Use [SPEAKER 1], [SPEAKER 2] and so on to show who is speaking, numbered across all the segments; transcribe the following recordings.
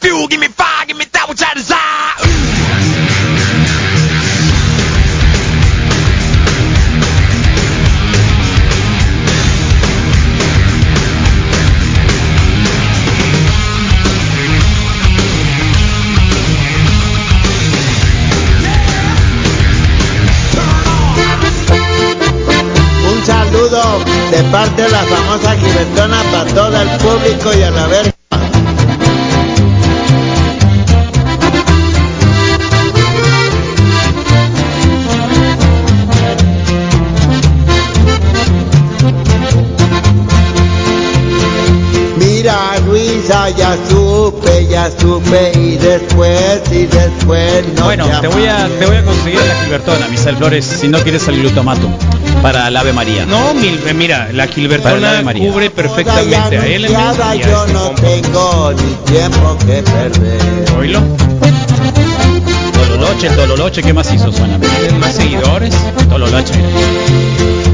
[SPEAKER 1] fuel, give me fire, give me that which I desire. Ooh.
[SPEAKER 2] Un saludo de parte de la famosa Gibetona para todo el público y a la verga. Mira Luisa, ya supe, ya supe y después y después no
[SPEAKER 3] Bueno, te voy, a, te voy a conseguir la gilbertona, Misael Flores, si no quieres el glutamato para el Ave María.
[SPEAKER 4] No, mil- eh, mira, la
[SPEAKER 3] Para la de
[SPEAKER 4] Gilbertona
[SPEAKER 3] María.
[SPEAKER 4] cubre perfectamente a él y a este
[SPEAKER 2] yo no
[SPEAKER 4] compa.
[SPEAKER 2] tengo ni tiempo que perder.
[SPEAKER 4] Oílo,
[SPEAKER 3] Tololoche, Tololoche, ¿qué más hizo? Suena.
[SPEAKER 4] tienen más seguidores.
[SPEAKER 3] Tololoche.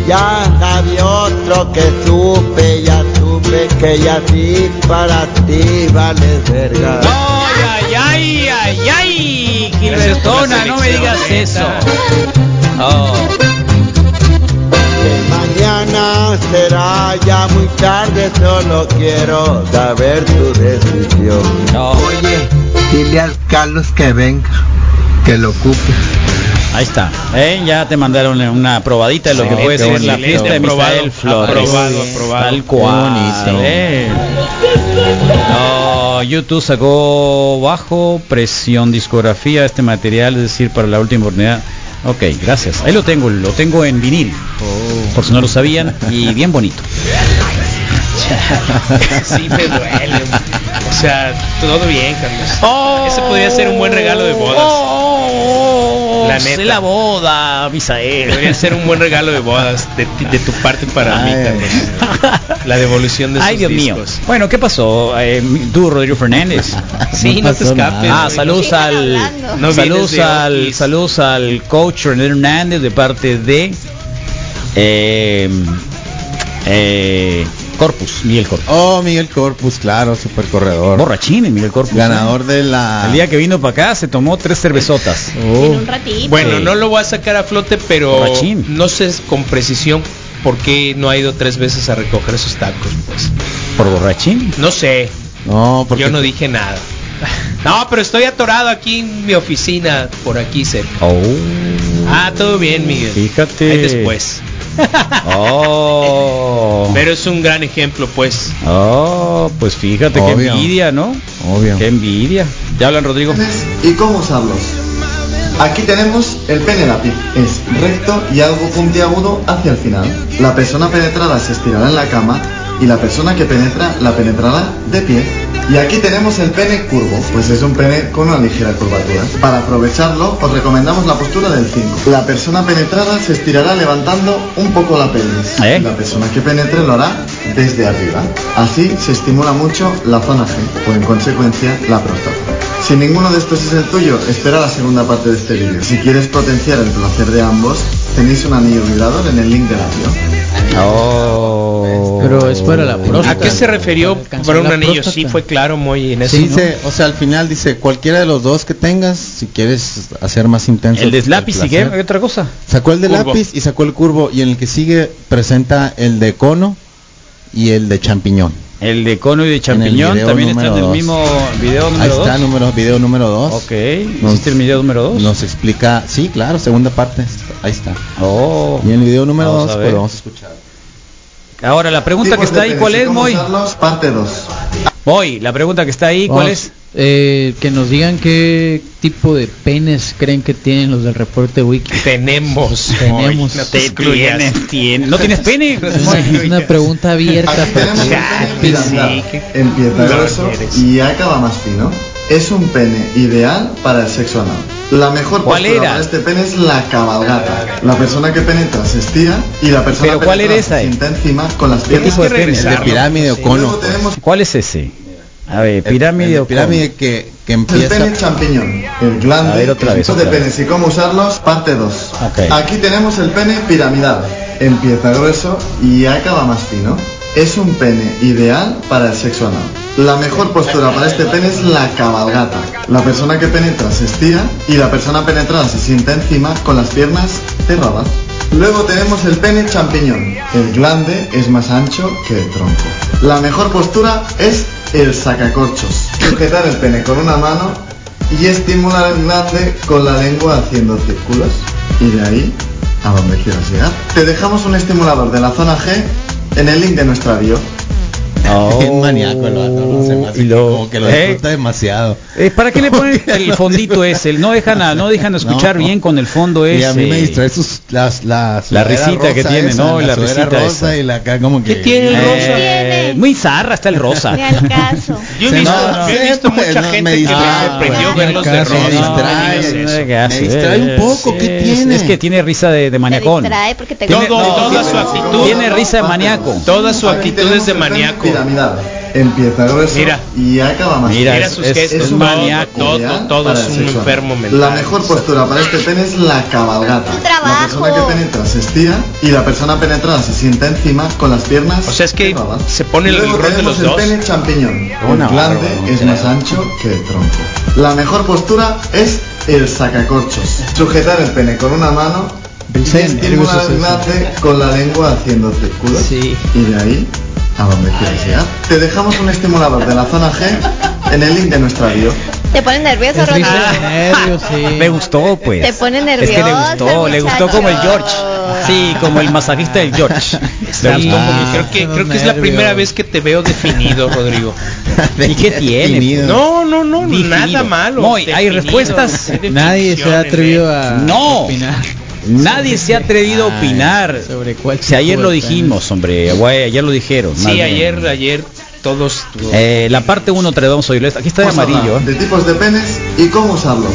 [SPEAKER 2] Ya había otro que supe, ya supe que ya sí para ti vales verga.
[SPEAKER 3] Ay, ay, ay, ay,
[SPEAKER 4] Gracias por la selección,
[SPEAKER 3] Oh.
[SPEAKER 2] Que mañana será ya muy tarde, solo quiero saber tu decisión.
[SPEAKER 3] No.
[SPEAKER 2] Oye, dile al Carlos que venga, que lo ocupe.
[SPEAKER 3] Ahí está. ¿Eh? Ya te mandaron una probadita de lo
[SPEAKER 4] Sí,
[SPEAKER 3] que puede
[SPEAKER 4] qué
[SPEAKER 3] ser la
[SPEAKER 4] bonito.
[SPEAKER 3] fiesta de
[SPEAKER 4] Aprobado,
[SPEAKER 3] Misael Flores.
[SPEAKER 4] aprobado, aprobado.
[SPEAKER 3] Tal cual.
[SPEAKER 4] Qué bonito.
[SPEAKER 3] ¿eh? No, YouTube sacó bajo presión discografía este material, es decir, para la última oportunidad. Ok, gracias. Ahí lo tengo, lo tengo en vinil,
[SPEAKER 4] Oh.
[SPEAKER 3] por si no lo sabían, y bien bonito.
[SPEAKER 4] Sí, me duele. O sea, todo bien, Carlos. Ese podría ser un buen regalo de bodas.
[SPEAKER 3] Oh,
[SPEAKER 4] La neta.
[SPEAKER 3] la boda, Misael.
[SPEAKER 4] Podría ser un buen regalo de bodas de, ti- de tu parte para mí, Carlos. La devolución de sus
[SPEAKER 3] Ay, Dios
[SPEAKER 4] discos.
[SPEAKER 3] mío. Bueno, ¿qué pasó? Eh, tú, Rodrigo Fernández.
[SPEAKER 4] Sí, no, te escapes.
[SPEAKER 3] Ah,
[SPEAKER 4] güey.
[SPEAKER 3] saludos
[SPEAKER 5] Sigan
[SPEAKER 3] al
[SPEAKER 5] hablando.
[SPEAKER 4] No vienes
[SPEAKER 3] saludos
[SPEAKER 4] de
[SPEAKER 3] al
[SPEAKER 4] Oquis.
[SPEAKER 3] saludos al coach René Hernández de parte de eh, eh, Corpus, Miguel Corpus.
[SPEAKER 6] Oh, Miguel Corpus, claro, super corredor.
[SPEAKER 3] Borrachín, Miguel Corpus.
[SPEAKER 6] Ganador de la.
[SPEAKER 3] El día que vino para acá se tomó tres cervezotas.
[SPEAKER 5] En un ratito.
[SPEAKER 4] Bueno,
[SPEAKER 3] Sí.
[SPEAKER 4] no lo voy a sacar a flote, pero
[SPEAKER 3] Machín.
[SPEAKER 4] no sé con precisión por qué no ha ido tres veces a recoger esos tacos, pues.
[SPEAKER 3] Por borrachín.
[SPEAKER 4] No sé,
[SPEAKER 6] No, porque
[SPEAKER 4] yo no dije nada. No, pero estoy atorado aquí en mi oficina, por aquí cerca.
[SPEAKER 3] Oh,
[SPEAKER 4] Ah, todo bien, Miguel.
[SPEAKER 3] fíjate.
[SPEAKER 4] Ahí después.
[SPEAKER 3] Oh.
[SPEAKER 4] Pero es un gran ejemplo, pues.
[SPEAKER 3] Oh, pues fíjate qué
[SPEAKER 6] Obvio.
[SPEAKER 3] envidia, ¿no?
[SPEAKER 6] Obvio.
[SPEAKER 3] Qué envidia. ¿Ya hablan, Rodrigo?
[SPEAKER 7] y cómo usarlos. Aquí tenemos el pene lápiz, es recto y algo puntiagudo hacia el final. La persona penetrada se estirará en la cama y la persona que penetra la penetrará de pie. Y aquí tenemos el pene curvo, pues es un pene con una ligera curvatura. Para aprovecharlo os recomendamos la postura del 5. La persona penetrada se estirará levantando un poco la pelvis.
[SPEAKER 3] ¿Eh?
[SPEAKER 7] La persona que penetre lo hará desde arriba. Así se estimula mucho la zona G o en consecuencia la próstata. Si ninguno de estos es el tuyo, espera la segunda parte de este vídeo. Si quieres potenciar el placer de ambos, tenéis un anillo vibrador en el link de la bio.
[SPEAKER 3] Oh.
[SPEAKER 8] Pero es para la próstata.
[SPEAKER 4] ¿A qué se refirió
[SPEAKER 8] Alcanzar
[SPEAKER 4] para un
[SPEAKER 8] la
[SPEAKER 4] anillo?
[SPEAKER 8] próstata.
[SPEAKER 4] Sí, fue claro, muy en eso.
[SPEAKER 6] Sí,
[SPEAKER 4] ¿no?
[SPEAKER 6] dice, o sea, al final dice, cualquiera de los dos que tengas, si quieres hacer más intenso.
[SPEAKER 3] El del lápiz y qué
[SPEAKER 6] placer.
[SPEAKER 3] ¿Qué otra cosa.
[SPEAKER 6] Sacó el de
[SPEAKER 4] Curvo.
[SPEAKER 6] lápiz y sacó el curvo y en el que sigue presenta el de cono y el de champiñón.
[SPEAKER 3] El de cono y de
[SPEAKER 6] En el
[SPEAKER 3] champiñón
[SPEAKER 6] video
[SPEAKER 3] también está
[SPEAKER 6] número
[SPEAKER 3] en el
[SPEAKER 6] dos.
[SPEAKER 3] mismo video
[SPEAKER 6] Ahí
[SPEAKER 3] número 2.
[SPEAKER 6] está, número, video número 2.
[SPEAKER 3] Ok, ¿hiciste el video número 2?
[SPEAKER 6] Nos explica, sí, claro, segunda parte. Ahí está.
[SPEAKER 3] Oh.
[SPEAKER 6] Y en el video número
[SPEAKER 3] Vamos a
[SPEAKER 6] 2 pues
[SPEAKER 3] ver.
[SPEAKER 6] vamos a escuchar.
[SPEAKER 3] Ahora, la pregunta que
[SPEAKER 7] Tipos
[SPEAKER 3] está
[SPEAKER 7] de
[SPEAKER 3] ahí,
[SPEAKER 7] penes
[SPEAKER 3] ¿cuál
[SPEAKER 7] y
[SPEAKER 3] es,
[SPEAKER 7] cómo
[SPEAKER 3] Moy?
[SPEAKER 7] usarlos, Parte 2.
[SPEAKER 3] Moy, la pregunta que está ahí, ¿cuál
[SPEAKER 6] Oh.
[SPEAKER 8] Vamos,
[SPEAKER 3] es?
[SPEAKER 8] eh, que nos digan qué tipo de penes creen que tienen los del reporte wiki.
[SPEAKER 4] Tenemos.
[SPEAKER 8] Tenemos.
[SPEAKER 4] Moy, No te excluyas.
[SPEAKER 3] tienes. ¿No tienes pene?
[SPEAKER 8] Es una, es una pregunta abierta
[SPEAKER 7] Aquí
[SPEAKER 8] para
[SPEAKER 7] Ah, tenemos un pene
[SPEAKER 8] que-
[SPEAKER 7] piramidal.
[SPEAKER 4] sí, qué-
[SPEAKER 7] Empieza
[SPEAKER 4] claro
[SPEAKER 7] grueso
[SPEAKER 4] que eres.
[SPEAKER 7] y acaba más fino. Es un pene ideal para el sexo anal. La mejor
[SPEAKER 3] ¿Cuál
[SPEAKER 7] postura
[SPEAKER 3] era?
[SPEAKER 7] para este pene es la cabalgata. La persona que penetra se estira y la persona
[SPEAKER 3] ¿Pero cuál
[SPEAKER 7] penetrada
[SPEAKER 3] era esa,
[SPEAKER 7] se
[SPEAKER 3] eh?
[SPEAKER 7] sienta encima con las
[SPEAKER 3] ¿Qué
[SPEAKER 7] piernas.
[SPEAKER 3] tipo de pene?
[SPEAKER 6] El de
[SPEAKER 4] Revisarlo.
[SPEAKER 6] pirámide o cono.
[SPEAKER 7] Luego tenemos
[SPEAKER 3] ¿Cuál es ese? A ver,
[SPEAKER 6] El- el
[SPEAKER 3] pirámide
[SPEAKER 6] de
[SPEAKER 3] o
[SPEAKER 6] pirámide que, que
[SPEAKER 7] el
[SPEAKER 6] empieza.
[SPEAKER 7] pene champiñón, el
[SPEAKER 3] A
[SPEAKER 7] glande,
[SPEAKER 3] ver,
[SPEAKER 7] el
[SPEAKER 3] otra vez,
[SPEAKER 7] tipo de
[SPEAKER 3] otra vez.
[SPEAKER 7] penes y cómo usarlos, parte 2.
[SPEAKER 3] Ok.
[SPEAKER 7] Aquí tenemos el pene piramidal. Empieza grueso y acaba más fino. Es un pene ideal para el sexo anal. La mejor postura para este pene es la cabalgata. La persona que penetra se estira y la persona penetrada se sienta encima con las piernas cerradas. Luego tenemos el pene champiñón. El glande es más ancho que el tronco. La mejor postura es el sacacorchos. Sujetar el pene con una mano y estimular el glande con la lengua haciendo círculos. Y de ahí a donde quieras llegar. Te dejamos un estimulador de la zona G en el link de nuestra bio.
[SPEAKER 6] Es maníaco el vato, no se me hace
[SPEAKER 3] Oh, Y lo-
[SPEAKER 6] como que Oh. lo
[SPEAKER 3] ¿Eh?
[SPEAKER 6] disfruta demasiado.
[SPEAKER 3] Eh, ¿Para qué le ponen el fondito ese? El No dejan a- no dejan escuchar
[SPEAKER 6] No.
[SPEAKER 3] bien con el fondo ese.
[SPEAKER 6] Y a mí me distrae sus, las, la, sudadera
[SPEAKER 3] risita que
[SPEAKER 6] rosa
[SPEAKER 3] tiene,
[SPEAKER 6] esa,
[SPEAKER 3] ¿no? La
[SPEAKER 6] sudadera
[SPEAKER 3] risita
[SPEAKER 6] rosa
[SPEAKER 3] esa.
[SPEAKER 6] y la acá como que...
[SPEAKER 4] ¿Qué tiene el rosa?
[SPEAKER 3] Eh, muy zarra está el rosa. Ah,
[SPEAKER 5] Ni al caso.
[SPEAKER 4] Yo he
[SPEAKER 6] Se-
[SPEAKER 4] visto,
[SPEAKER 6] no, no,
[SPEAKER 4] yo he
[SPEAKER 6] sé,
[SPEAKER 4] visto
[SPEAKER 6] pues,
[SPEAKER 4] mucha
[SPEAKER 6] no,
[SPEAKER 4] gente
[SPEAKER 6] me
[SPEAKER 4] que me
[SPEAKER 6] distrae,
[SPEAKER 4] sorprendió
[SPEAKER 6] pues,
[SPEAKER 4] Ah, verlos de
[SPEAKER 6] casi,
[SPEAKER 4] rosa.
[SPEAKER 6] me
[SPEAKER 4] No, digas
[SPEAKER 6] distrae, me
[SPEAKER 3] pues.
[SPEAKER 4] eso.
[SPEAKER 6] Me distrae un poco, ¿qué
[SPEAKER 3] es,
[SPEAKER 6] tiene?
[SPEAKER 3] Es que tiene risa de, de
[SPEAKER 5] Te
[SPEAKER 3] maniacón.
[SPEAKER 5] distrae porque te
[SPEAKER 4] Todo,
[SPEAKER 5] gusta.
[SPEAKER 4] toda su actitud.
[SPEAKER 3] Tiene risa de maníaco.
[SPEAKER 4] Toda su
[SPEAKER 7] Aquí
[SPEAKER 4] actitud
[SPEAKER 7] tenemos
[SPEAKER 4] es de
[SPEAKER 7] el pene
[SPEAKER 4] maníaco.
[SPEAKER 7] Piramidal. Empieza grueso
[SPEAKER 4] Mira.
[SPEAKER 7] y acaba más.
[SPEAKER 3] Mira,
[SPEAKER 4] Mira
[SPEAKER 3] es-
[SPEAKER 4] sus
[SPEAKER 3] es-
[SPEAKER 4] gestos,
[SPEAKER 3] es
[SPEAKER 4] todo,
[SPEAKER 3] maníaco.
[SPEAKER 4] todo,
[SPEAKER 7] Ideal
[SPEAKER 4] todo
[SPEAKER 7] para
[SPEAKER 4] es
[SPEAKER 7] el
[SPEAKER 4] un
[SPEAKER 7] sexo.
[SPEAKER 4] enfermo mental.
[SPEAKER 7] La mejor postura para este pene es la cabalgata.
[SPEAKER 5] Tu trabajo.
[SPEAKER 7] La persona que penetra se estira y la persona penetrada se sienta encima con las piernas.
[SPEAKER 4] O sea, es que
[SPEAKER 7] cerradas.
[SPEAKER 4] se pone el
[SPEAKER 7] Luego
[SPEAKER 4] rol de
[SPEAKER 7] tenemos
[SPEAKER 4] los
[SPEAKER 7] el
[SPEAKER 4] dos.
[SPEAKER 7] pene champiñón.
[SPEAKER 6] Una
[SPEAKER 7] el glande
[SPEAKER 6] barba,
[SPEAKER 7] es
[SPEAKER 6] no
[SPEAKER 7] más ancho que el tronco. La mejor postura es el sacacorchos. Sujetar el pene con una mano. Y
[SPEAKER 6] Vicente,
[SPEAKER 7] estimular
[SPEAKER 6] nervioso
[SPEAKER 7] el
[SPEAKER 6] eso.
[SPEAKER 7] glande con la lengua haciendo círculos.
[SPEAKER 8] Sí.
[SPEAKER 7] Y de ahí a donde quieras llegar. Te dejamos un estimulador de la zona G en el link de nuestra bio.
[SPEAKER 5] Te pone nervioso,
[SPEAKER 8] Es
[SPEAKER 5] Rocky.
[SPEAKER 8] risa de nervios, sí.
[SPEAKER 3] Me gustó, pues.
[SPEAKER 5] Te pone
[SPEAKER 3] Es que le
[SPEAKER 5] nervioso,
[SPEAKER 3] gustó, le gustó
[SPEAKER 5] muchacho.
[SPEAKER 3] como el George. Sí, como el masajista del George. Le
[SPEAKER 8] Sí.
[SPEAKER 3] gustó
[SPEAKER 8] Ah,
[SPEAKER 4] creo que,
[SPEAKER 8] los
[SPEAKER 4] creo que es la
[SPEAKER 8] nervios.
[SPEAKER 4] primera vez que te veo definido, Rodrigo.
[SPEAKER 3] ¿Y qué tiene?
[SPEAKER 6] Definido.
[SPEAKER 4] No, no, no,
[SPEAKER 3] Definido.
[SPEAKER 4] nada malo.
[SPEAKER 3] No, hay
[SPEAKER 4] definido,
[SPEAKER 3] respuestas.
[SPEAKER 4] hay
[SPEAKER 8] Nadie se ha
[SPEAKER 4] definiciones,
[SPEAKER 8] atrevido
[SPEAKER 4] ¿eh?
[SPEAKER 8] a
[SPEAKER 3] No.
[SPEAKER 8] opinar
[SPEAKER 3] Nadie se ha atrevido a opinar.
[SPEAKER 8] sobre cuál.
[SPEAKER 3] Si ayer
[SPEAKER 8] tipo
[SPEAKER 3] lo
[SPEAKER 8] de
[SPEAKER 6] ¿eh?
[SPEAKER 8] pene.
[SPEAKER 3] dijimos, hombre, güey, ayer lo dijeron. más
[SPEAKER 4] Sí,
[SPEAKER 3] bien.
[SPEAKER 4] ayer, ayer todos
[SPEAKER 3] Eh, la parte 1 te la vamos a oír. Aquí está de
[SPEAKER 7] Vamos a hablar
[SPEAKER 3] amarillo.
[SPEAKER 7] De tipos de penes y cómo usarlos.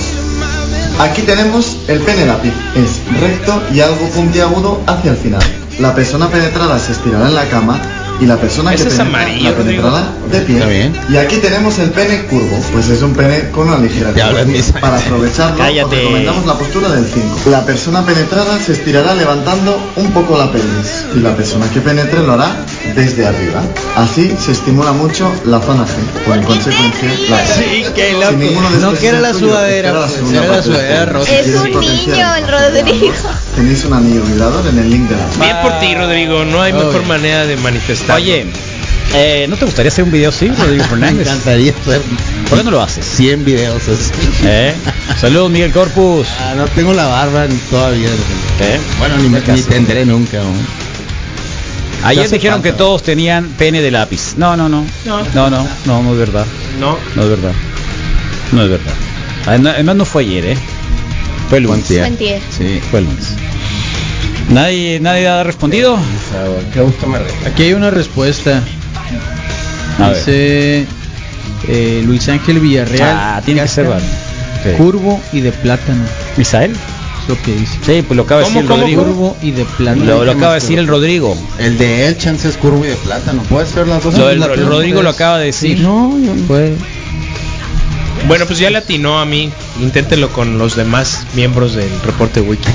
[SPEAKER 7] Aquí tenemos el pene lápiz. Es recto y algo puntiagudo hacia el final. La persona penetrada se estirará en la cama y la persona
[SPEAKER 4] Ese
[SPEAKER 7] que
[SPEAKER 4] es
[SPEAKER 7] penetra
[SPEAKER 4] amarillo,
[SPEAKER 7] la penetrada de pie.
[SPEAKER 6] Está bien.
[SPEAKER 7] Y aquí tenemos el pene curvo, pues es un pene con una ligera
[SPEAKER 6] Ya hablas, mis-
[SPEAKER 7] curva. Para aprovecharlo,
[SPEAKER 3] Cállate.
[SPEAKER 7] os recomendamos la postura del 5. La persona penetrada se estirará levantando un poco la pelvis y la persona que penetre lo hará desde arriba. Así se estimula mucho la zona G. Por consecuencia, la
[SPEAKER 4] Sí,
[SPEAKER 6] eh,
[SPEAKER 4] qué loco.
[SPEAKER 7] sin ninguno de
[SPEAKER 8] No
[SPEAKER 7] estos
[SPEAKER 8] quiere
[SPEAKER 7] es
[SPEAKER 8] la
[SPEAKER 7] el tuyo,
[SPEAKER 8] sudadera,
[SPEAKER 7] espera la
[SPEAKER 8] pues,
[SPEAKER 7] segunda
[SPEAKER 8] era la
[SPEAKER 7] parte del
[SPEAKER 8] sudadera
[SPEAKER 7] tema.
[SPEAKER 8] rosa.
[SPEAKER 7] Si
[SPEAKER 5] Es
[SPEAKER 7] quieres
[SPEAKER 5] un
[SPEAKER 7] potenciar
[SPEAKER 5] niño,
[SPEAKER 7] esta
[SPEAKER 5] el Rodrigo.
[SPEAKER 7] programa, Tenéis un anillo vibrador en el link de la
[SPEAKER 4] Bien por ti, Rodrigo. No hay mejor
[SPEAKER 8] Oye.
[SPEAKER 4] manera de manifestar.
[SPEAKER 3] Oye, eh, ¿no te gustaría hacer un video así, Rodrigo
[SPEAKER 6] Me
[SPEAKER 3] Fernández?
[SPEAKER 6] encantaría hacer
[SPEAKER 3] ¿Por qué no lo haces?
[SPEAKER 6] 100 videos así.
[SPEAKER 3] ¿Eh? Saludos, Miguel Corpus.
[SPEAKER 6] Ah, no tengo la barba ni todavía.
[SPEAKER 3] ¿Eh?
[SPEAKER 6] Bueno, ni, me- ni tendré nunca. ¿no?
[SPEAKER 3] Ayer
[SPEAKER 6] hace
[SPEAKER 3] dijeron
[SPEAKER 6] falta.
[SPEAKER 3] que todos tenían pene de lápiz. No, no, no. No,
[SPEAKER 4] No.
[SPEAKER 3] no, no, no, es verdad.
[SPEAKER 4] no.
[SPEAKER 3] No es verdad. No es verdad. Además, además no fue ayer, ¿eh? Fue el lunes.
[SPEAKER 5] Buen día.
[SPEAKER 3] Sí, fue el lunes. ¿Nadie, nadie ha respondido?
[SPEAKER 8] Aquí hay una respuesta.
[SPEAKER 3] A ver.
[SPEAKER 8] Dice eh, Luis Ángel Villarreal.
[SPEAKER 3] Ah, tiene que ser
[SPEAKER 8] Cáscara,
[SPEAKER 3] Sí.
[SPEAKER 8] Curvo y de plátano.
[SPEAKER 3] ¿Misael?
[SPEAKER 8] Es lo que dice.
[SPEAKER 3] Sí, pues lo acaba de
[SPEAKER 4] ¿Cómo,
[SPEAKER 3] decir el
[SPEAKER 4] cómo,
[SPEAKER 3] Rodrigo.
[SPEAKER 8] Curvo y de plátano.
[SPEAKER 3] Lo, lo acaba de decir el Rodrigo.
[SPEAKER 6] El de él, chance es curvo y de plátano. Puede ser las dos.
[SPEAKER 3] Lo del-
[SPEAKER 6] La
[SPEAKER 3] el
[SPEAKER 6] plátano
[SPEAKER 3] Rodrigo
[SPEAKER 6] es-
[SPEAKER 3] lo acaba de
[SPEAKER 8] Sí,
[SPEAKER 3] decir.
[SPEAKER 8] no, yo no. Fue-
[SPEAKER 4] Bueno, pues ya le atinó a mí. Inténtelo con los demás miembros del reporte wiki.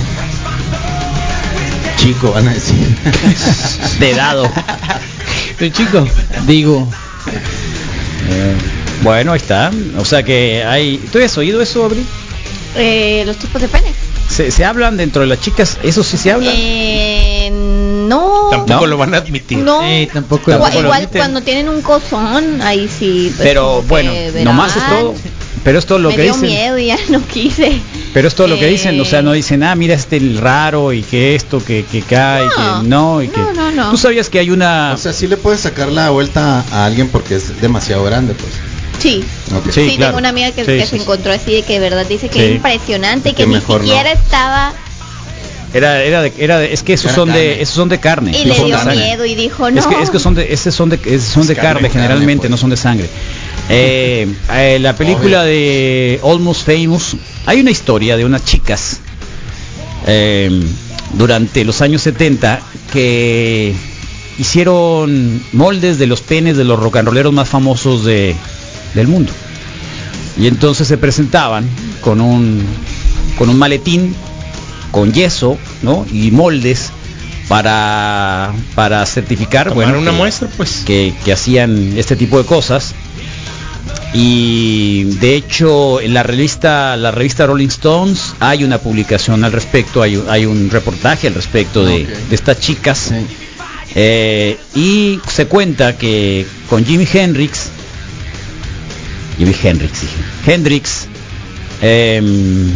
[SPEAKER 6] Chico, van a decir.
[SPEAKER 3] De dado.
[SPEAKER 8] Pero, chico, digo,
[SPEAKER 3] Eh, bueno, ahí está. O sea que hay... ¿Tú has oído eso, Abril?
[SPEAKER 5] Eh, los tipos de penes.
[SPEAKER 3] ¿Se, se hablan dentro de las chicas? ¿Eso sí se habla?
[SPEAKER 5] Eh, no.
[SPEAKER 4] Tampoco
[SPEAKER 3] No.
[SPEAKER 4] lo van a admitir.
[SPEAKER 5] No.
[SPEAKER 8] eh, tampoco.
[SPEAKER 5] Igual-
[SPEAKER 3] lo
[SPEAKER 5] igual
[SPEAKER 3] admiten.
[SPEAKER 5] cuando tienen un cozón, ahí sí. pues, como
[SPEAKER 3] Pero
[SPEAKER 5] que
[SPEAKER 3] bueno,
[SPEAKER 5] verán.
[SPEAKER 3] nomás es todo. Pero es todo lo
[SPEAKER 5] Me
[SPEAKER 3] que
[SPEAKER 5] dio
[SPEAKER 3] dicen.
[SPEAKER 5] miedo y ya no quise.
[SPEAKER 3] Pero es todo lo que dicen, o sea, no
[SPEAKER 5] Eh,
[SPEAKER 3] dicen, ah, mira este el raro y que esto, que, que cae,
[SPEAKER 5] No,
[SPEAKER 3] que no, y
[SPEAKER 5] no,
[SPEAKER 3] que...
[SPEAKER 5] no, no.
[SPEAKER 3] Tú sabías que hay una...
[SPEAKER 6] O sea, sí le puedes sacar la vuelta a alguien porque es demasiado grande, pues.
[SPEAKER 5] Sí.
[SPEAKER 6] Ok.
[SPEAKER 3] Sí,
[SPEAKER 5] Sí,
[SPEAKER 3] claro.
[SPEAKER 5] tengo una amiga que,
[SPEAKER 3] Sí,
[SPEAKER 5] que
[SPEAKER 3] sí,
[SPEAKER 5] se
[SPEAKER 3] sí.
[SPEAKER 5] encontró así de que de verdad dice que
[SPEAKER 3] Sí.
[SPEAKER 5] es impresionante y que,
[SPEAKER 6] Que
[SPEAKER 5] ni
[SPEAKER 6] mejor no.
[SPEAKER 5] siquiera estaba
[SPEAKER 3] Era, era, de, era de- es que esos
[SPEAKER 6] Era
[SPEAKER 3] son de,
[SPEAKER 6] carne.
[SPEAKER 3] esos son de carne.
[SPEAKER 5] y
[SPEAKER 3] no
[SPEAKER 5] le
[SPEAKER 3] son de
[SPEAKER 5] dio
[SPEAKER 3] sangre.
[SPEAKER 5] miedo y dijo no.
[SPEAKER 3] Es que, es que son de, ese son de, esos son
[SPEAKER 6] Es
[SPEAKER 3] de carne,
[SPEAKER 6] carne, carne,
[SPEAKER 3] generalmente,
[SPEAKER 6] pues.
[SPEAKER 3] no son de sangre. Eh, eh, la película de Almost Famous, hay una historia de unas chicas eh, durante los años 70 que hicieron moldes de los penes de los rock and rolleros más famosos de, del mundo. Y entonces se presentaban con un, con un maletín, con yeso, ¿no? Y moldes para, para certificar
[SPEAKER 4] Tomar
[SPEAKER 3] bueno,
[SPEAKER 4] una
[SPEAKER 3] que-
[SPEAKER 4] muestra, pues.
[SPEAKER 3] que, que hacían este tipo de cosas. Y de hecho en la revista, la revista Rolling Stones hay una publicación al respecto, hay, un- hay un reportaje al respecto de,
[SPEAKER 7] Ok.
[SPEAKER 3] de estas chicas.
[SPEAKER 7] Sí.
[SPEAKER 3] Eh, y se cuenta que con Jimi Hendrix, Jimi Hendrix, dije, Hendrix em,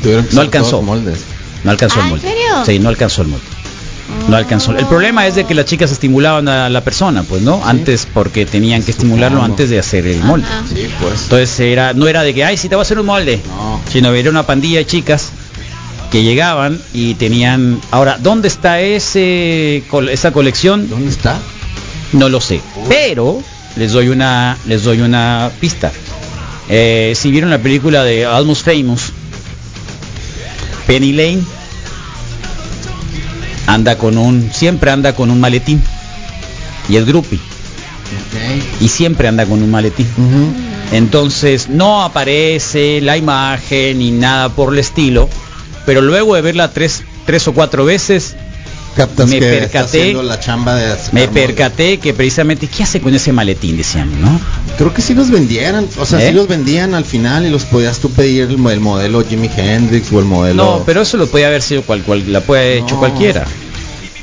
[SPEAKER 7] Tuvieron que
[SPEAKER 3] No
[SPEAKER 7] ser
[SPEAKER 3] alcanzó.
[SPEAKER 7] todos moldes.
[SPEAKER 3] no alcanzó
[SPEAKER 5] Ah,
[SPEAKER 3] el
[SPEAKER 5] ¿en
[SPEAKER 3] molde.
[SPEAKER 5] serio?
[SPEAKER 3] Sí, no alcanzó el molde.
[SPEAKER 5] Mm.
[SPEAKER 3] No alcanzó. El problema es de que las chicas estimulaban a la persona, pues, ¿no? Antes, porque tenían que estimularlo
[SPEAKER 7] Supongo.
[SPEAKER 3] antes de hacer el molde.
[SPEAKER 5] Ajá.
[SPEAKER 7] Sí, pues.
[SPEAKER 3] Entonces era, no era de que, ay, si te va a hacer un molde,
[SPEAKER 7] No.
[SPEAKER 3] sino era una pandilla de chicas que llegaban y tenían. Ahora, ¿dónde está ese col- esa colección?
[SPEAKER 7] ¿Dónde está?
[SPEAKER 3] No lo sé. Pero les doy una, les doy una pista. Eh, si vieron la película de Almost Famous, Penny Lane anda con un, siempre anda con un maletín y es groupie y siempre anda con un maletín. Entonces no aparece la imagen ni nada por el estilo, pero luego de verla tres, tres o cuatro veces
[SPEAKER 7] Captas
[SPEAKER 3] Me
[SPEAKER 7] que está
[SPEAKER 3] percaté-
[SPEAKER 7] haciendo la chamba de sacar
[SPEAKER 3] me
[SPEAKER 7] moldes.
[SPEAKER 3] percaté que precisamente qué hace con ese maletín, decían, ¿no?
[SPEAKER 7] Creo que sí los vendieran, o sea,
[SPEAKER 3] ¿Eh?
[SPEAKER 7] sí los vendían al final y los podías tú pedir el, mo- el modelo Jimi Hendrix o el modelo.
[SPEAKER 3] No, pero eso lo puede haber sido cual, cual la puede haber hecho
[SPEAKER 7] No.
[SPEAKER 3] cualquiera.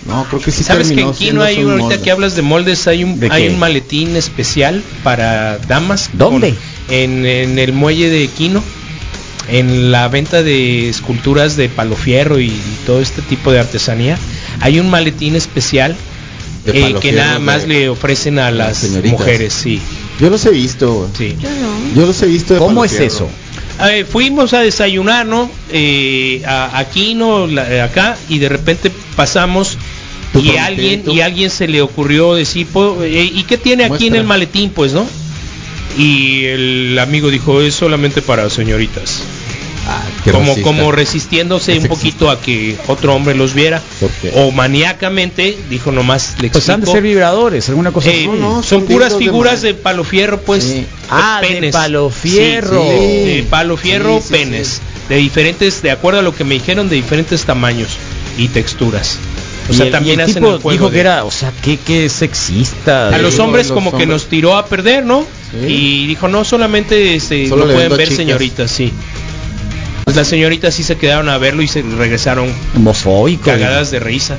[SPEAKER 7] No, creo que sí
[SPEAKER 4] ¿Sabes que
[SPEAKER 7] terminó
[SPEAKER 4] en Kino
[SPEAKER 7] siendo
[SPEAKER 4] hay
[SPEAKER 7] un
[SPEAKER 4] ahorita
[SPEAKER 7] molde.
[SPEAKER 4] que hablas de moldes? Hay un,
[SPEAKER 3] ¿De
[SPEAKER 4] hay
[SPEAKER 3] qué?
[SPEAKER 4] un maletín especial para damas.
[SPEAKER 3] ¿Dónde?
[SPEAKER 4] Con- en, en el muelle de Kino. En la venta de esculturas de palo fierro y, y todo este tipo de artesanía. Hay un maletín especial
[SPEAKER 7] De
[SPEAKER 4] eh,
[SPEAKER 7] palo
[SPEAKER 4] que
[SPEAKER 7] fierro,
[SPEAKER 4] nada
[SPEAKER 7] de-
[SPEAKER 4] más le ofrecen a las
[SPEAKER 7] señoritas.
[SPEAKER 4] mujeres, sí.
[SPEAKER 7] Yo los he visto, güey.
[SPEAKER 4] sí.
[SPEAKER 5] Yo no.
[SPEAKER 7] Yo los he visto. de
[SPEAKER 3] ¿Cómo
[SPEAKER 7] palo
[SPEAKER 3] es
[SPEAKER 7] fierro.
[SPEAKER 3] eso?
[SPEAKER 4] Eh, fuimos a desayunar, ¿no? Eh, a, a Quino, la- eh, acá, y de repente pasamos
[SPEAKER 7] Tu
[SPEAKER 4] y
[SPEAKER 7] prometeo,
[SPEAKER 4] alguien,
[SPEAKER 7] tú.
[SPEAKER 4] y alguien se le ocurrió decir, po- eh, ¿y qué tiene aquí en
[SPEAKER 7] Muestra.
[SPEAKER 4] el maletín, pues, no? Y el amigo dijo, es solamente para señoritas.
[SPEAKER 7] Ah, qué
[SPEAKER 4] como,
[SPEAKER 7] racista.
[SPEAKER 4] como resistiéndose
[SPEAKER 7] Qué
[SPEAKER 4] un poquito a que otro hombre los viera.
[SPEAKER 7] ¿Por qué?
[SPEAKER 4] O maníacamente, dijo nomás, le
[SPEAKER 3] Pues han de
[SPEAKER 4] explico,
[SPEAKER 3] ser vibradores, alguna cosa.
[SPEAKER 4] eh,
[SPEAKER 3] así.
[SPEAKER 7] No, no,
[SPEAKER 4] son
[SPEAKER 7] son
[SPEAKER 4] puras
[SPEAKER 7] dildos de
[SPEAKER 4] figuras
[SPEAKER 7] madera.
[SPEAKER 4] de palo fierro, pues.
[SPEAKER 7] Sí.
[SPEAKER 4] de
[SPEAKER 3] Ah, de palo
[SPEAKER 4] Sí,
[SPEAKER 3] fierro.
[SPEAKER 4] sí, de palo
[SPEAKER 7] Sí,
[SPEAKER 4] fierro,
[SPEAKER 7] sí,
[SPEAKER 4] penes.
[SPEAKER 7] sí.
[SPEAKER 4] De diferentes, de acuerdo a lo que me dijeron, de diferentes tamaños y texturas. O
[SPEAKER 3] Y
[SPEAKER 4] sea,
[SPEAKER 3] el-
[SPEAKER 4] también
[SPEAKER 3] y el
[SPEAKER 4] hacen
[SPEAKER 3] tipo
[SPEAKER 4] el juego
[SPEAKER 3] dijo
[SPEAKER 4] de-
[SPEAKER 3] que era, o sea, que que sexista.
[SPEAKER 4] a
[SPEAKER 3] de-
[SPEAKER 4] los hombres
[SPEAKER 7] los
[SPEAKER 4] como que
[SPEAKER 7] hombres.
[SPEAKER 4] nos tiró a perder, ¿no?
[SPEAKER 7] Sí.
[SPEAKER 4] Y dijo, no, solamente este,
[SPEAKER 7] Solo
[SPEAKER 4] lo
[SPEAKER 7] le
[SPEAKER 4] pueden
[SPEAKER 7] vendo
[SPEAKER 4] ver
[SPEAKER 7] chicas.
[SPEAKER 4] señoritas, sí. Pues las señoritas sí se quedaron a verlo y se regresaron
[SPEAKER 3] homofóbico.
[SPEAKER 4] cagadas de risa.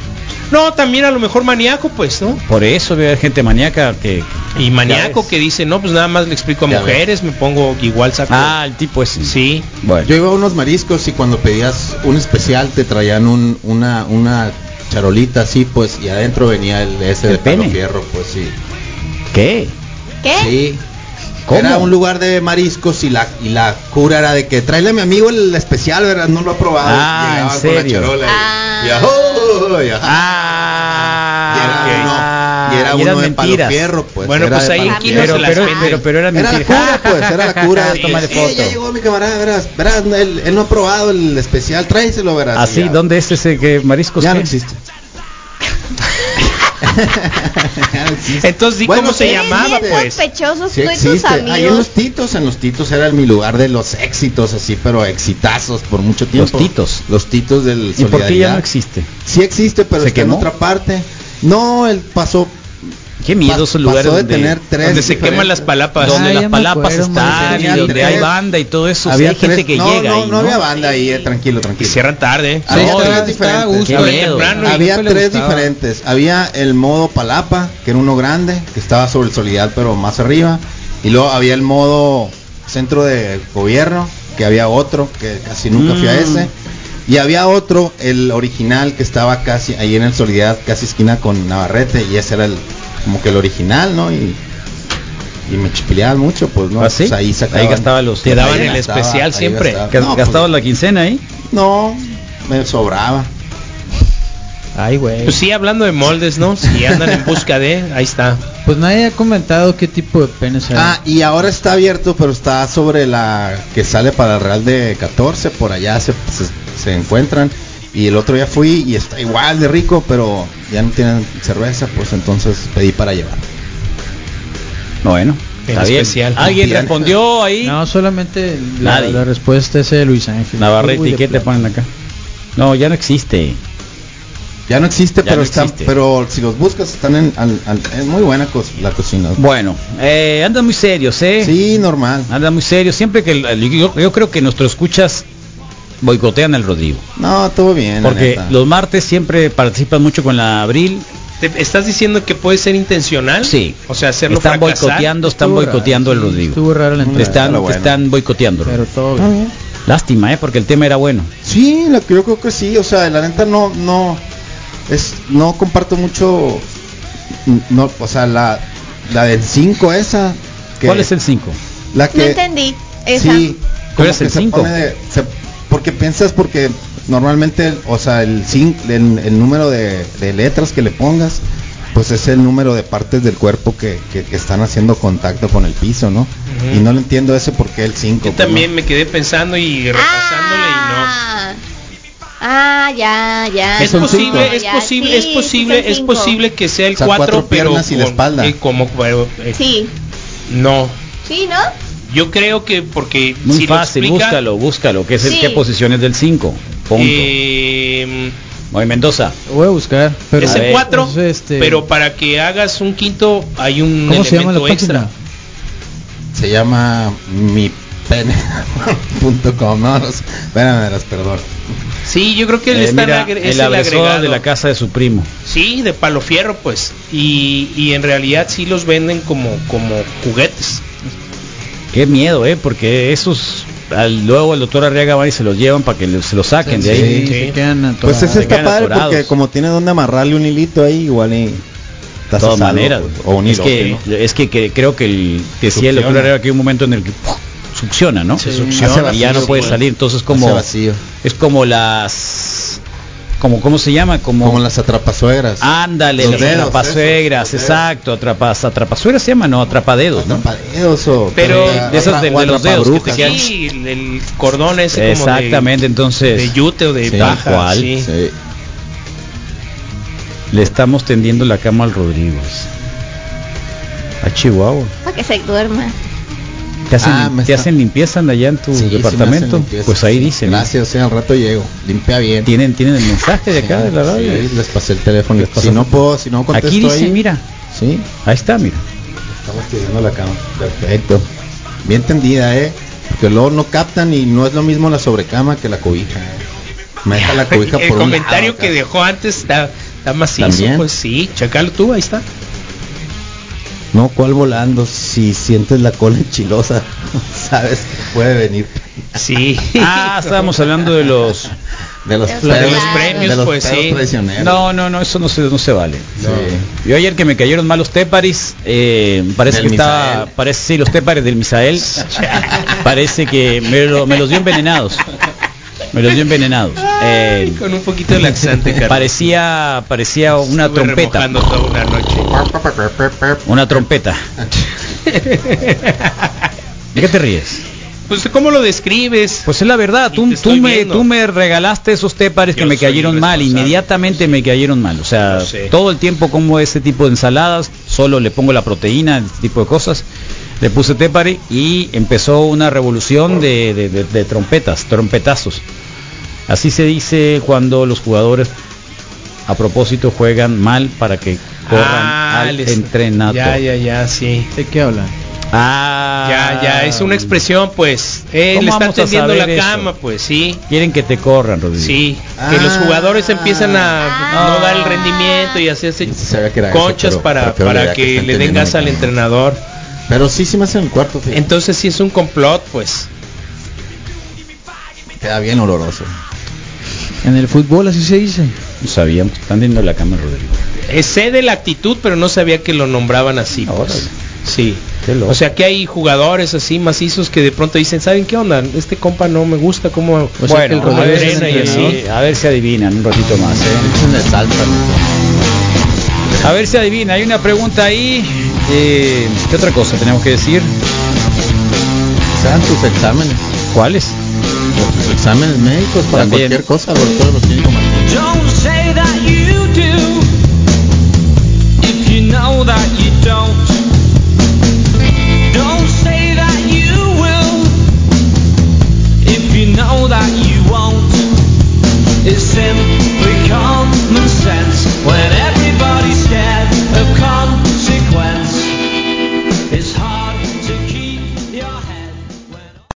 [SPEAKER 4] No, también a lo mejor maníaco, pues, ¿no?
[SPEAKER 3] Por eso había gente maníaca que
[SPEAKER 4] Y maníaco
[SPEAKER 3] ves.
[SPEAKER 4] que dice, no, pues nada más le explico a
[SPEAKER 7] Ya
[SPEAKER 4] mujeres, me pongo igual saco.
[SPEAKER 3] Ah, el tipo ese.
[SPEAKER 4] sí.
[SPEAKER 3] Bueno.
[SPEAKER 7] Yo iba a unos mariscos y cuando pedías un especial te traían un, una, una charolita así, pues, y adentro venía el ese
[SPEAKER 3] El
[SPEAKER 7] de palo
[SPEAKER 3] pene.
[SPEAKER 7] fierro, pues sí.
[SPEAKER 3] ¿Qué?
[SPEAKER 5] ¿Qué?
[SPEAKER 7] Sí.
[SPEAKER 3] ¿Cómo?
[SPEAKER 7] Era un lugar de mariscos y la, y la cura era de que tráele a mi amigo el especial, ¿verdad? No lo ha probado.
[SPEAKER 3] Ah,
[SPEAKER 7] Llegaban
[SPEAKER 3] ¿en
[SPEAKER 7] con la
[SPEAKER 3] serio?
[SPEAKER 7] charola y-
[SPEAKER 5] Ah.
[SPEAKER 7] y, "Ajo", y, ajá. Y
[SPEAKER 3] Ah.
[SPEAKER 7] era uno, y era
[SPEAKER 3] eran
[SPEAKER 7] uno de palo
[SPEAKER 3] mentiras.
[SPEAKER 7] fierro, pues.
[SPEAKER 4] Bueno,
[SPEAKER 7] era
[SPEAKER 4] pues
[SPEAKER 7] de
[SPEAKER 4] ahí
[SPEAKER 7] palo
[SPEAKER 4] en Quino
[SPEAKER 7] fierro.
[SPEAKER 3] Pero,
[SPEAKER 4] se las
[SPEAKER 3] pero,
[SPEAKER 4] vende.
[SPEAKER 3] pero, pero eran
[SPEAKER 7] Era la
[SPEAKER 3] mentiras.
[SPEAKER 7] cura, pues, era la cura.
[SPEAKER 4] Sí,
[SPEAKER 3] Tómale
[SPEAKER 4] sí,
[SPEAKER 7] Eh, ya
[SPEAKER 3] foto.
[SPEAKER 7] llegó mi camarada, verás, verás, él, él no ha probado el especial, tráeselo, verás.
[SPEAKER 3] Así,
[SPEAKER 7] Y ya.
[SPEAKER 3] Ah, ¿dónde es ese que mariscos?
[SPEAKER 7] Ya no
[SPEAKER 3] qué?
[SPEAKER 7] existe.
[SPEAKER 4] Entonces, ¿y
[SPEAKER 7] Bueno,
[SPEAKER 4] cómo se
[SPEAKER 7] sí,
[SPEAKER 4] llamaba,
[SPEAKER 7] sí,
[SPEAKER 4] pues?
[SPEAKER 5] sospechosos
[SPEAKER 7] Sí
[SPEAKER 5] tú y tus
[SPEAKER 7] existe. Hay
[SPEAKER 5] amigos.
[SPEAKER 7] unos titos, en los titos era el- mi lugar de los éxitos, así, pero exitazos por mucho tiempo.
[SPEAKER 3] titos.
[SPEAKER 7] Los titos del
[SPEAKER 3] ¿Y por qué ya
[SPEAKER 7] Solidaridad.
[SPEAKER 3] no existe?
[SPEAKER 7] Sí existe, pero
[SPEAKER 3] ¿Se
[SPEAKER 7] está
[SPEAKER 3] quemó?
[SPEAKER 7] en otra parte. No, él pasó
[SPEAKER 3] Qué miedo esos
[SPEAKER 7] pasó
[SPEAKER 3] lugares
[SPEAKER 7] de
[SPEAKER 3] donde,
[SPEAKER 7] tener tres
[SPEAKER 4] Donde se
[SPEAKER 7] diferentes-
[SPEAKER 4] queman las palapas.
[SPEAKER 3] donde
[SPEAKER 8] Ah,
[SPEAKER 3] las
[SPEAKER 8] ya me
[SPEAKER 3] palapas este,
[SPEAKER 8] acuerdo,
[SPEAKER 3] están y
[SPEAKER 7] Mauricio.
[SPEAKER 3] donde hay
[SPEAKER 7] Tres.
[SPEAKER 3] banda y todo eso. sí,
[SPEAKER 7] había
[SPEAKER 3] hay gente
[SPEAKER 7] tres-
[SPEAKER 3] que
[SPEAKER 7] no,
[SPEAKER 3] llega
[SPEAKER 7] no,
[SPEAKER 3] ahí,
[SPEAKER 7] no
[SPEAKER 3] ¿no?
[SPEAKER 7] había banda ahí, eh, tranquilo,
[SPEAKER 4] Que
[SPEAKER 7] tranquilo.
[SPEAKER 4] cierran tarde. ¿eh?
[SPEAKER 7] Había
[SPEAKER 3] No,
[SPEAKER 7] tres
[SPEAKER 3] estaba ¿eh?
[SPEAKER 7] diferentes.
[SPEAKER 8] Augusto.
[SPEAKER 3] Qué
[SPEAKER 4] Abren
[SPEAKER 3] miedo.
[SPEAKER 4] temprano y
[SPEAKER 7] Había
[SPEAKER 8] Felipe le
[SPEAKER 7] tres
[SPEAKER 8] gustaba.
[SPEAKER 7] diferentes. Había el modo palapa, que era uno grande, que estaba sobre el Soledad, pero más arriba. Y luego había el modo centro de gobierno, que había otro, que casi nunca fui a ese. Y había otro, el original, que estaba casi ahí en el Soledad, casi esquina con Navarrete, y ese era el, como que el original, ¿no? Y, y me chipileaban mucho, pues, ¿no?
[SPEAKER 3] ¿Ah, sí?
[SPEAKER 7] Pues ahí, sacaban,
[SPEAKER 3] Ahí gastaba los-
[SPEAKER 4] Te daban
[SPEAKER 7] Ahí
[SPEAKER 4] el
[SPEAKER 7] gastaba,
[SPEAKER 4] especial
[SPEAKER 7] ahí
[SPEAKER 4] siempre.
[SPEAKER 7] gastaba.
[SPEAKER 3] Que
[SPEAKER 7] No, pues,
[SPEAKER 3] gastaban la quincena ahí.
[SPEAKER 7] No, me sobraba.
[SPEAKER 8] Ay, güey.
[SPEAKER 4] Pues sí, hablando de moldes, ¿no? Si andan en busca de, ahí está.
[SPEAKER 8] Pues nadie ha comentado qué tipo de penes hay.
[SPEAKER 7] Ah, y ahora está abierto, pero está sobre la que sale para el Real de 14, por allá se, se, se encuentran. Y el otro día fui y está igual de rico, pero ya no tienen cerveza, pues entonces pedí para llevar.
[SPEAKER 3] Bueno, está
[SPEAKER 4] En
[SPEAKER 3] bien.
[SPEAKER 4] especial.
[SPEAKER 3] ¿Alguien
[SPEAKER 7] Piran.
[SPEAKER 3] respondió ahí?
[SPEAKER 8] no, solamente la,
[SPEAKER 3] Nadie.
[SPEAKER 8] la respuesta es de Luis Ángel.
[SPEAKER 3] Navarrete,
[SPEAKER 8] Uy,
[SPEAKER 3] ¿y
[SPEAKER 8] de
[SPEAKER 3] qué te
[SPEAKER 8] plano.
[SPEAKER 3] ponen acá? No, ya no existe.
[SPEAKER 7] Ya no existe,
[SPEAKER 3] Ya
[SPEAKER 7] pero
[SPEAKER 3] no
[SPEAKER 7] están,
[SPEAKER 3] existe.
[SPEAKER 7] pero si los buscas están en al- al- es muy buena co- la cocina.
[SPEAKER 3] Bueno, eh, andan muy serios, ¿eh?
[SPEAKER 7] Sí, normal.
[SPEAKER 3] Andan muy serios. Siempre que el- el- yo, yo creo que nuestros escuchas boicotean al Rodrigo.
[SPEAKER 7] No, todo bien. la
[SPEAKER 3] Porque
[SPEAKER 7] neta.
[SPEAKER 3] los martes siempre participan mucho con la Abril.
[SPEAKER 4] ¿Te- ¿Estás diciendo que puede ser intencional?
[SPEAKER 3] Sí.
[SPEAKER 4] O sea, hacerlo
[SPEAKER 3] están
[SPEAKER 4] fracasar.
[SPEAKER 3] boicoteando, están
[SPEAKER 8] Estuvo
[SPEAKER 3] boicoteando al
[SPEAKER 8] raro, sí,
[SPEAKER 3] Rodrigo.
[SPEAKER 8] Estuvo raro la
[SPEAKER 7] Mm.
[SPEAKER 8] entrevista,
[SPEAKER 3] Están,
[SPEAKER 7] Pero bueno.
[SPEAKER 3] están boicoteándolo.
[SPEAKER 8] pero todo
[SPEAKER 4] Ah,
[SPEAKER 8] bien.
[SPEAKER 3] Lástima, ¿eh? Porque el tema era bueno.
[SPEAKER 7] Sí, la- yo creo que sí, o sea, la neta no, no, es, no comparto mucho, mm, no, o sea, la, la del 5 esa, que,
[SPEAKER 3] ¿Cuál es el 5?
[SPEAKER 7] la
[SPEAKER 5] No
[SPEAKER 7] que,
[SPEAKER 5] entendí. Esa.
[SPEAKER 7] sí,
[SPEAKER 3] ¿Cuál
[SPEAKER 7] como
[SPEAKER 3] es
[SPEAKER 7] que
[SPEAKER 3] el
[SPEAKER 7] se
[SPEAKER 3] cinco?
[SPEAKER 7] pone de- se- porque piensas porque normalmente, o sea, el 5, el, el número de, de letras que le pongas, pues es el número de partes del cuerpo que, que- que están haciendo contacto con el piso, ¿no?
[SPEAKER 4] Ujú.
[SPEAKER 7] Y no le entiendo ese por qué el 5.
[SPEAKER 4] Yo también me quedé pensando y repasándole y no.
[SPEAKER 5] ah, Ah, ya, ya.
[SPEAKER 4] Es
[SPEAKER 7] son
[SPEAKER 4] posible,
[SPEAKER 7] cinco.
[SPEAKER 4] es
[SPEAKER 5] Ya,
[SPEAKER 4] posible,
[SPEAKER 5] sí,
[SPEAKER 4] es
[SPEAKER 5] sí
[SPEAKER 4] posible,
[SPEAKER 5] son
[SPEAKER 4] es
[SPEAKER 5] cinco.
[SPEAKER 4] posible que sea el
[SPEAKER 7] O sea,
[SPEAKER 4] 4,
[SPEAKER 7] cuatro
[SPEAKER 4] pero
[SPEAKER 7] piernas y la
[SPEAKER 4] con-
[SPEAKER 7] espalda.
[SPEAKER 4] eh, como pero, eh,
[SPEAKER 5] Sí.
[SPEAKER 4] no.
[SPEAKER 5] Sí, ¿no?
[SPEAKER 4] Yo creo que porque
[SPEAKER 3] Muy
[SPEAKER 4] si lo
[SPEAKER 3] fácil,
[SPEAKER 4] explica,
[SPEAKER 3] búscalo, búscalo. Que es el
[SPEAKER 5] Sí.
[SPEAKER 3] que posiciones del 5. Punto.
[SPEAKER 4] eh,
[SPEAKER 3] Oye, Mendoza.
[SPEAKER 8] Lo Voy a buscar, pero
[SPEAKER 4] es
[SPEAKER 3] a
[SPEAKER 4] el
[SPEAKER 3] ver,
[SPEAKER 4] 4,
[SPEAKER 8] pues, este,
[SPEAKER 4] pero para que hagas un quinto hay un
[SPEAKER 8] ¿Cómo
[SPEAKER 4] elemento
[SPEAKER 8] se llama la
[SPEAKER 4] extra.
[SPEAKER 8] página?
[SPEAKER 7] Se llama mi pene.com. No, los- espérame, las perdón.
[SPEAKER 4] Sí, yo creo que le
[SPEAKER 3] Eh,
[SPEAKER 4] están
[SPEAKER 3] mira,
[SPEAKER 4] agre- es el
[SPEAKER 3] el agresor
[SPEAKER 4] agregado.
[SPEAKER 3] de la casa de su primo.
[SPEAKER 4] Sí, de palo fierro, pues. Y, y en realidad sí los venden como, como juguetes.
[SPEAKER 3] Qué miedo, ¿eh? Porque esos... al- luego el doctor Arriaga va y se los llevan para que le- se los saquen de ahí.
[SPEAKER 8] Sí,
[SPEAKER 4] Sí.
[SPEAKER 8] se quedan
[SPEAKER 7] Pues
[SPEAKER 8] atorados.
[SPEAKER 7] ese
[SPEAKER 3] se
[SPEAKER 7] está
[SPEAKER 3] quedan
[SPEAKER 7] padre
[SPEAKER 3] atorados.
[SPEAKER 7] porque como tiene donde amarrarle un hilito ahí, igual
[SPEAKER 3] De
[SPEAKER 7] y. estás a
[SPEAKER 3] todas
[SPEAKER 7] salvo,
[SPEAKER 3] maneras.
[SPEAKER 7] güey,
[SPEAKER 3] O
[SPEAKER 7] O un
[SPEAKER 3] es,
[SPEAKER 7] hilo,
[SPEAKER 3] que, es que, que creo que el, decía el doctor
[SPEAKER 7] Succiona.
[SPEAKER 3] Arriaga que hay un momento en el que ¡puf! succiona, ¿no? Se
[SPEAKER 8] Sí.
[SPEAKER 7] Hace
[SPEAKER 3] succiona y ya
[SPEAKER 7] vacío,
[SPEAKER 3] no puede
[SPEAKER 7] pues.
[SPEAKER 3] salir. Entonces
[SPEAKER 7] Hace
[SPEAKER 3] como...
[SPEAKER 7] vacío.
[SPEAKER 3] Es como las... Como, ¿Cómo se llama? Como,
[SPEAKER 7] Como las atrapasuegras.
[SPEAKER 3] Ándale,
[SPEAKER 7] Los
[SPEAKER 3] las
[SPEAKER 7] dedos,
[SPEAKER 3] atrapasuegras,
[SPEAKER 7] esos, los dedos.
[SPEAKER 3] exacto, atrapas, atrapazuegras se llama, no, atrapadedos, ¿no?
[SPEAKER 7] Atrapadedos o.
[SPEAKER 4] Pero-
[SPEAKER 3] De esas de-
[SPEAKER 7] eh, o
[SPEAKER 3] de los dedos que te
[SPEAKER 7] atrapabrujas,
[SPEAKER 3] quedan-
[SPEAKER 7] ¿no?
[SPEAKER 4] Sí, el, el cordón ese como de-
[SPEAKER 3] Exactamente,
[SPEAKER 4] de,
[SPEAKER 3] entonces
[SPEAKER 4] yute o de
[SPEAKER 7] Sí,
[SPEAKER 4] paja.
[SPEAKER 3] cual.
[SPEAKER 4] sí.
[SPEAKER 7] Sí.
[SPEAKER 3] le estamos tendiendo la cama al Rodríguez. A Chihuahua.
[SPEAKER 5] Para que se duerma.
[SPEAKER 3] ¿Te hacen,
[SPEAKER 7] Ah, me
[SPEAKER 3] te
[SPEAKER 7] está-
[SPEAKER 3] hacen limpieza anda allá en tu
[SPEAKER 7] Sí, sí me
[SPEAKER 3] departamento?
[SPEAKER 7] hacen limpieza,
[SPEAKER 3] pues ahí
[SPEAKER 7] sí.
[SPEAKER 3] dicen. ¿no?
[SPEAKER 7] Gracias, sí, al rato llego. Limpia bien.
[SPEAKER 3] Tienen, tienen el mensaje de
[SPEAKER 7] Sí,
[SPEAKER 3] acá de la radio.
[SPEAKER 7] sí, les pasé el teléfono.
[SPEAKER 3] Les
[SPEAKER 7] Si
[SPEAKER 3] pasaste.
[SPEAKER 7] no puedo, si no contesto
[SPEAKER 3] Aquí dice,
[SPEAKER 7] ahí-
[SPEAKER 3] mira,
[SPEAKER 7] Sí.
[SPEAKER 3] ahí está, mira.
[SPEAKER 7] Estamos tirando la cama. Perfecto. Bien tendida, ¿eh? Porque luego no captan y no es lo mismo la sobrecama que la cobija. ¿eh? Me deja la cobija
[SPEAKER 4] el
[SPEAKER 7] por un
[SPEAKER 4] comentario
[SPEAKER 7] lado acá.
[SPEAKER 4] que dejó antes está, está macizo,
[SPEAKER 7] También.
[SPEAKER 4] pues sí, chacalo tú, ahí está.
[SPEAKER 7] No, ¿cuál volando? Si sientes la cola enchilosa, sabes que puede venir.
[SPEAKER 4] Sí.
[SPEAKER 3] Ah, estábamos hablando de los...
[SPEAKER 7] De los,
[SPEAKER 5] De los
[SPEAKER 7] pedos-
[SPEAKER 5] premios,
[SPEAKER 7] de los
[SPEAKER 4] pues,
[SPEAKER 7] pedos
[SPEAKER 4] sí.
[SPEAKER 7] traicioneros.
[SPEAKER 3] No, no, no, eso no se, no se vale.
[SPEAKER 7] Sí.
[SPEAKER 3] Yo ayer que me cayeron mal los téparis, eh, parece
[SPEAKER 7] Del
[SPEAKER 3] que estaba,
[SPEAKER 7] Misael.
[SPEAKER 3] parece, sí, los téparis del Misael, parece que me, lo- me los dio envenenados. Me los dio envenenados. Eh,
[SPEAKER 4] Ay, con un poquito de laxante, Carlos.
[SPEAKER 3] parecía, parecía una
[SPEAKER 4] Estuve
[SPEAKER 3] trompeta.
[SPEAKER 4] remojando toda una noche.
[SPEAKER 3] Una trompeta. ¿De qué te ríes?
[SPEAKER 4] Pues cómo lo describes.
[SPEAKER 3] Pues es la verdad,
[SPEAKER 4] Y
[SPEAKER 3] tú,
[SPEAKER 4] te
[SPEAKER 3] tú,
[SPEAKER 4] estoy
[SPEAKER 3] me,
[SPEAKER 4] viendo.
[SPEAKER 3] tú me regalaste esos tépares que
[SPEAKER 4] Yo
[SPEAKER 3] me
[SPEAKER 4] soy
[SPEAKER 3] cayeron mal,
[SPEAKER 4] irresponsable.
[SPEAKER 3] inmediatamente me cayeron mal. O sea,
[SPEAKER 4] Lo sé.
[SPEAKER 3] todo el tiempo como ese tipo de ensaladas, solo le pongo la proteína, este tipo de cosas. Le puse tépari y empezó una revolución de, de- de- de trompetas, trompetazos. Así se dice cuando los jugadores a propósito juegan mal para que corran
[SPEAKER 4] Ah,
[SPEAKER 3] al
[SPEAKER 4] les-
[SPEAKER 3] entrenador.
[SPEAKER 4] Ya, ya, ya, sí.
[SPEAKER 8] ¿De qué hablan?
[SPEAKER 3] Ah,
[SPEAKER 4] Ya, ya, es una expresión, pues. Eh, le
[SPEAKER 3] ¿Cómo
[SPEAKER 4] está
[SPEAKER 3] vamos a
[SPEAKER 4] tendiendo la
[SPEAKER 3] saber eso?
[SPEAKER 4] cama, pues, sí.
[SPEAKER 3] Quieren que te corran, Rodrigo.
[SPEAKER 4] Sí,
[SPEAKER 7] Ah.
[SPEAKER 4] que los jugadores empiezan a
[SPEAKER 5] Ah.
[SPEAKER 4] no dar el rendimiento y hacerse
[SPEAKER 7] Sí, sí sabía que era eso,
[SPEAKER 4] conchas
[SPEAKER 7] pero
[SPEAKER 4] para,
[SPEAKER 7] prefiero la
[SPEAKER 4] para
[SPEAKER 7] idea que
[SPEAKER 4] que
[SPEAKER 7] están
[SPEAKER 4] le den
[SPEAKER 7] teniendo
[SPEAKER 4] gas al
[SPEAKER 7] ahorita.
[SPEAKER 4] entrenador.
[SPEAKER 7] Pero sí, sí me hacen el cuarto. fíjate.
[SPEAKER 4] Entonces sí es un complot, pues.
[SPEAKER 7] Queda bien oloroso.
[SPEAKER 8] En el fútbol así se dice.
[SPEAKER 3] No sabíamos, están viendo la cámara, Rodrigo.
[SPEAKER 4] Eh, sé de la actitud, pero no sabía que lo nombraban así. pues.
[SPEAKER 3] Órale.
[SPEAKER 4] Sí.
[SPEAKER 3] Qué loco.
[SPEAKER 4] O sea que hay jugadores así macizos que de pronto dicen, ¿saben qué onda? Este compa no me gusta cómo...
[SPEAKER 7] Pues
[SPEAKER 8] O sea, que el
[SPEAKER 4] cómo
[SPEAKER 8] Rodrigo es
[SPEAKER 4] entrena y
[SPEAKER 8] el
[SPEAKER 4] así.
[SPEAKER 3] a ver si adivinan un ratito más. ¿eh?
[SPEAKER 7] Es una salsa.
[SPEAKER 3] A ver si adivina. Hay una pregunta ahí. eh, ¿Qué otra cosa tenemos que decir?
[SPEAKER 7] Se dan tus exámenes.
[SPEAKER 3] ¿Cuáles?
[SPEAKER 7] Tus exámenes médicos para
[SPEAKER 3] También.
[SPEAKER 7] cualquier cosa, los todos los tienen como
[SPEAKER 9] Don't say that you do if you know that you